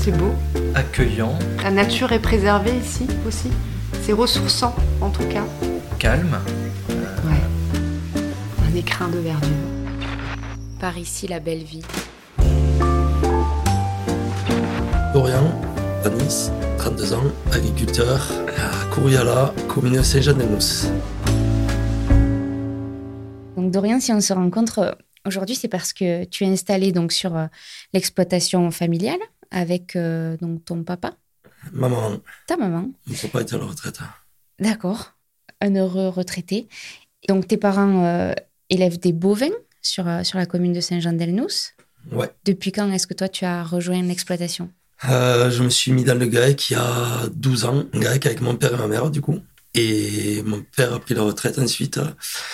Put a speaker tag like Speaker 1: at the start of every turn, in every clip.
Speaker 1: c'est beau.
Speaker 2: accueillant,
Speaker 1: La nature est préservée ici aussi. C'est ressourçant en tout cas.
Speaker 2: calme.
Speaker 1: Ouais. Un écrin de verdure.
Speaker 3: Par ici, la belle vie.
Speaker 4: Dorian, à Nice, 32 ans, agriculteur, à Courriala, commune Saint-Jean-de-Noz.
Speaker 5: Donc Dorian, si on se rencontre euh, aujourd'hui, c'est parce que tu es installé donc sur euh, l'exploitation familiale avec euh, donc ton papa,
Speaker 4: Maman,
Speaker 5: ta maman.
Speaker 4: mon papa est à la retraite.
Speaker 5: D'accord, un heureux retraité. Donc tes parents euh, élèvent des bovins sur, euh, sur la commune de Saint-Jean-d'Elnous.
Speaker 4: Ouais.
Speaker 5: Depuis quand est-ce que toi tu as rejoint l'exploitation
Speaker 4: Euh, je me suis mis dans le GAEC il y a 12 ans, un GAEC avec mon père et ma mère, du coup. Et mon père a pris la retraite ensuite, euh,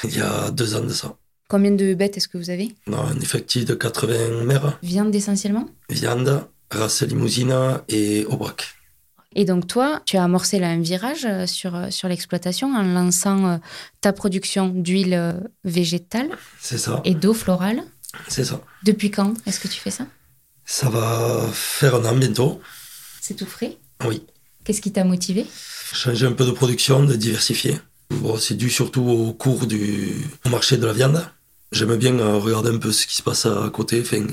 Speaker 4: il y a deux ans de ça.
Speaker 5: Combien de bêtes est-ce que vous avez
Speaker 4: On a un effectif de 80 mères,
Speaker 5: Viande essentiellement
Speaker 4: viande, race limousine et aubrac.
Speaker 5: Et donc toi, tu as amorcé là un virage euh, sur, euh, sur l'exploitation en lançant euh, ta production d'huile euh, végétale
Speaker 4: C'est ça,
Speaker 5: et d'eau florale.
Speaker 4: c'est ça.
Speaker 5: Depuis quand est-ce que tu fais ça
Speaker 4: Ça va faire un an bientôt. Ah
Speaker 5: C'est tout frais
Speaker 4: Oui.
Speaker 5: Qu'est-ce qui t'a motivé
Speaker 4: changer un peu de production, de diversifier. Bon, c'est dû surtout au cours du au marché de la viande. J'aime bien euh, regarder un peu ce qui se passe à côté. Enfin,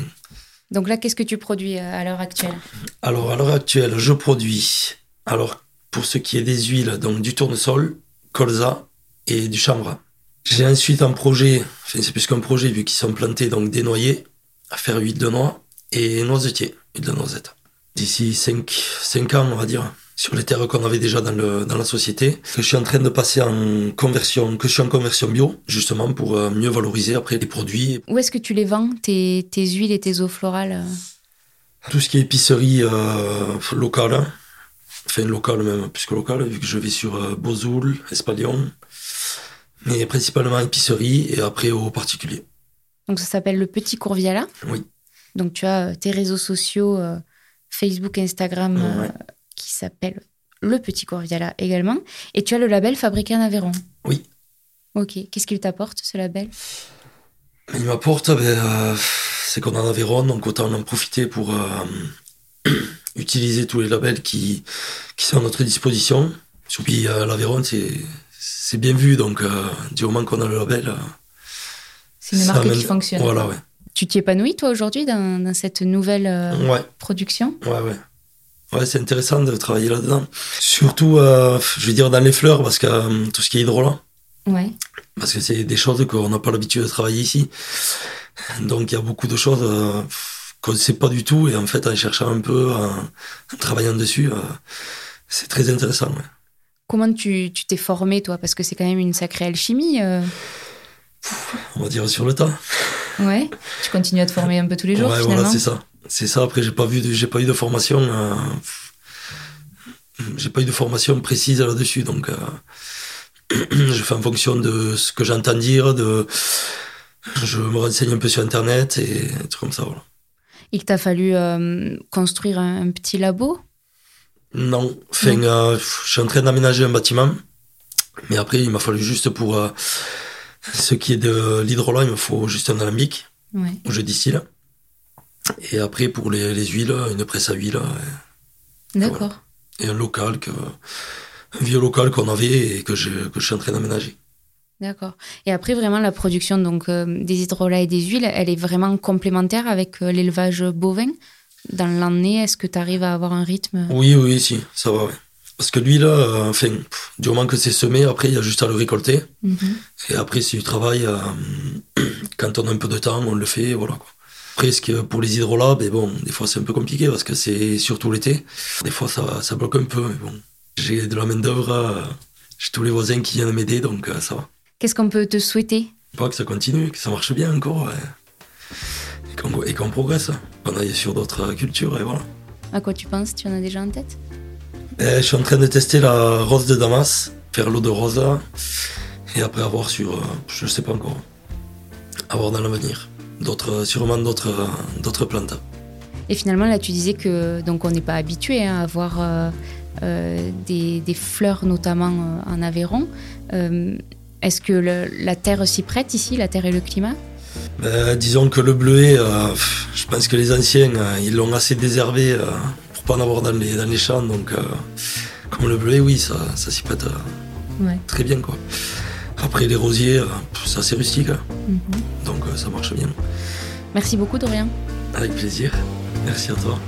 Speaker 5: Donc là, qu'est-ce que tu produis euh, à l'heure actuelle
Speaker 4: alors, à l'heure actuelle, je produis, alors, pour ce qui est des huiles, donc du tournesol, colza et du chanvre. J'ai ensuite un projet, enfin, c'est plus qu'un projet, vu qu'ils sont plantés, donc des noyers, à faire huile de noix et noisetier, huile de noisette. D'ici 5, ans, on va dire, sur les terres qu'on avait déjà dans, le- dans la société, que je suis en train de passer en conversion, que je suis en conversion bio, justement, pour euh, mieux valoriser après les produits.
Speaker 5: Où est-ce que tu les vends, tes, tes huiles et tes eaux florales euh
Speaker 4: Tout ce qui est épicerie euh, locale, hein. enfin locale même, plus que locale, vu que je vais sur euh, Bozoul, Espalion, mais principalement épicerie et après aux particuliers.
Speaker 5: Donc ça s'appelle le Petit Courviala.
Speaker 4: Oui.
Speaker 5: Donc tu as euh, tes réseaux sociaux, euh, Facebook, Instagram, euh,
Speaker 4: Ouais.
Speaker 5: qui s'appelle le Petit Courviala également. Et tu as le label Fabriqué en Aveyron.
Speaker 4: Oui.
Speaker 5: Ok. Qu'est-ce qu'il t'apporte, ce label
Speaker 4: Il m'apporte, ben, euh, c'est qu'on est en Aveyron, donc autant en profiter pour euh, utiliser tous les labels qui, qui sont à notre disposition. Et puis euh, l'Aveyron, c'est, c'est bien vu, donc euh, du moment qu'on a le label, euh,
Speaker 5: C'est une
Speaker 4: ça
Speaker 5: marque
Speaker 4: amène-
Speaker 5: qui fonctionne.
Speaker 4: Voilà, ouais.
Speaker 5: Tu t'y épanouis, toi, aujourd'hui, dans, dans cette nouvelle euh,
Speaker 4: ouais.
Speaker 5: production
Speaker 4: Ouais, ouais. Ouais, c'est intéressant de travailler là-dedans. Surtout, euh, je veux dire, dans les fleurs, parce que euh, tout ce qui est hydrolat,
Speaker 5: Ouais.
Speaker 4: parce que c'est des choses qu'on n'a pas l'habitude de travailler ici. Donc, il y a beaucoup de choses euh, qu'on ne sait pas du tout, et en fait, en cherchant un peu, en, en travaillant dessus, euh, c'est très intéressant. ouais.
Speaker 5: Comment tu tu t'es formé, toi Parce que c'est quand même une sacrée alchimie. euh.
Speaker 4: On va dire sur le tas.
Speaker 5: Ouais. Tu continues à te former un peu tous les jours,
Speaker 4: ouais,
Speaker 5: finalement.
Speaker 4: voilà, c'est ça. C'est ça. Après, j'ai pas vu, de- j'ai pas eu de formation. euh, j'ai pas eu de formation précise là-dessus, donc euh, je fais en fonction de ce que j'entends dire, de je me renseigne un peu sur internet et des trucs comme ça. Voilà.
Speaker 5: Il t'a fallu euh, construire un, un petit labo.
Speaker 4: Non, enfin, euh, je suis en train d'aménager un bâtiment, mais après il m'a fallu juste pour euh, ce qui est de l'hydrolat, il me faut juste un alambic
Speaker 5: Ouais.
Speaker 4: où je distille. Et après pour les, les huiles, une presse à huile.
Speaker 5: D'accord.
Speaker 4: et un local que un vieux local qu'on avait et que je, que je suis en train d'aménager.
Speaker 5: D'accord. Et après, vraiment, la production donc euh, des hydrolats et des huiles, elle est vraiment complémentaire avec euh, l'élevage bovin. Dans l'année, est-ce que tu arrives à avoir un rythme
Speaker 4: Oui, oui, si, ça va, ouais. Parce que lui, là, euh, enfin, pff, du moment que c'est semé, après, il y a juste à le récolter.
Speaker 5: Mhm.
Speaker 4: Et après, c'est du travail. euh, quand on a un peu de temps, on le fait, voilà. Quoi. Après, ce qui est pour les hydrolats, ben bon, des fois, c'est un peu compliqué parce que c'est surtout l'été. Des fois, ça, ça bloque un peu, mais bon. J'ai de la main-d'œuvre, euh, j'ai tous les voisins qui viennent m'aider, donc euh, ça va.
Speaker 5: Qu'est-ce qu'on peut te souhaiter
Speaker 4: pas que ça continue, que ça marche bien encore. ouais. Et qu'on et qu'on progresse, hein. qu'on aille sur d'autres euh, cultures, et voilà.
Speaker 5: À quoi tu penses Tu en as déjà en tête
Speaker 4: Et je suis en train de tester la rose de Damas, faire l'eau de rose, là, et après avoir sur, euh, je sais pas encore, avoir dans l'avenir, d'autres, sûrement d'autres, euh, d'autres plantes.
Speaker 5: Et finalement, là, tu disais que donc on n'est pas habitué hein, à avoir euh, euh, des, des fleurs, notamment euh, en Aveyron. Euh, est-ce que le- la terre s'y prête ici, la terre et le climat
Speaker 4: Ben, disons que le bleuet, euh, pff, je pense que les anciens, euh, ils l'ont assez déshervé euh, pour pas en avoir dans les, dans les champs. Donc, euh, comme le blé, oui, ça, ça s'y prête euh,
Speaker 5: Ouais.
Speaker 4: très bien. quoi. Après, les rosiers, euh, pff, c'est assez rustique, hein.
Speaker 5: Mhm.
Speaker 4: donc euh, ça marche bien.
Speaker 5: Merci beaucoup, Dorian.
Speaker 4: Avec plaisir. Merci à toi.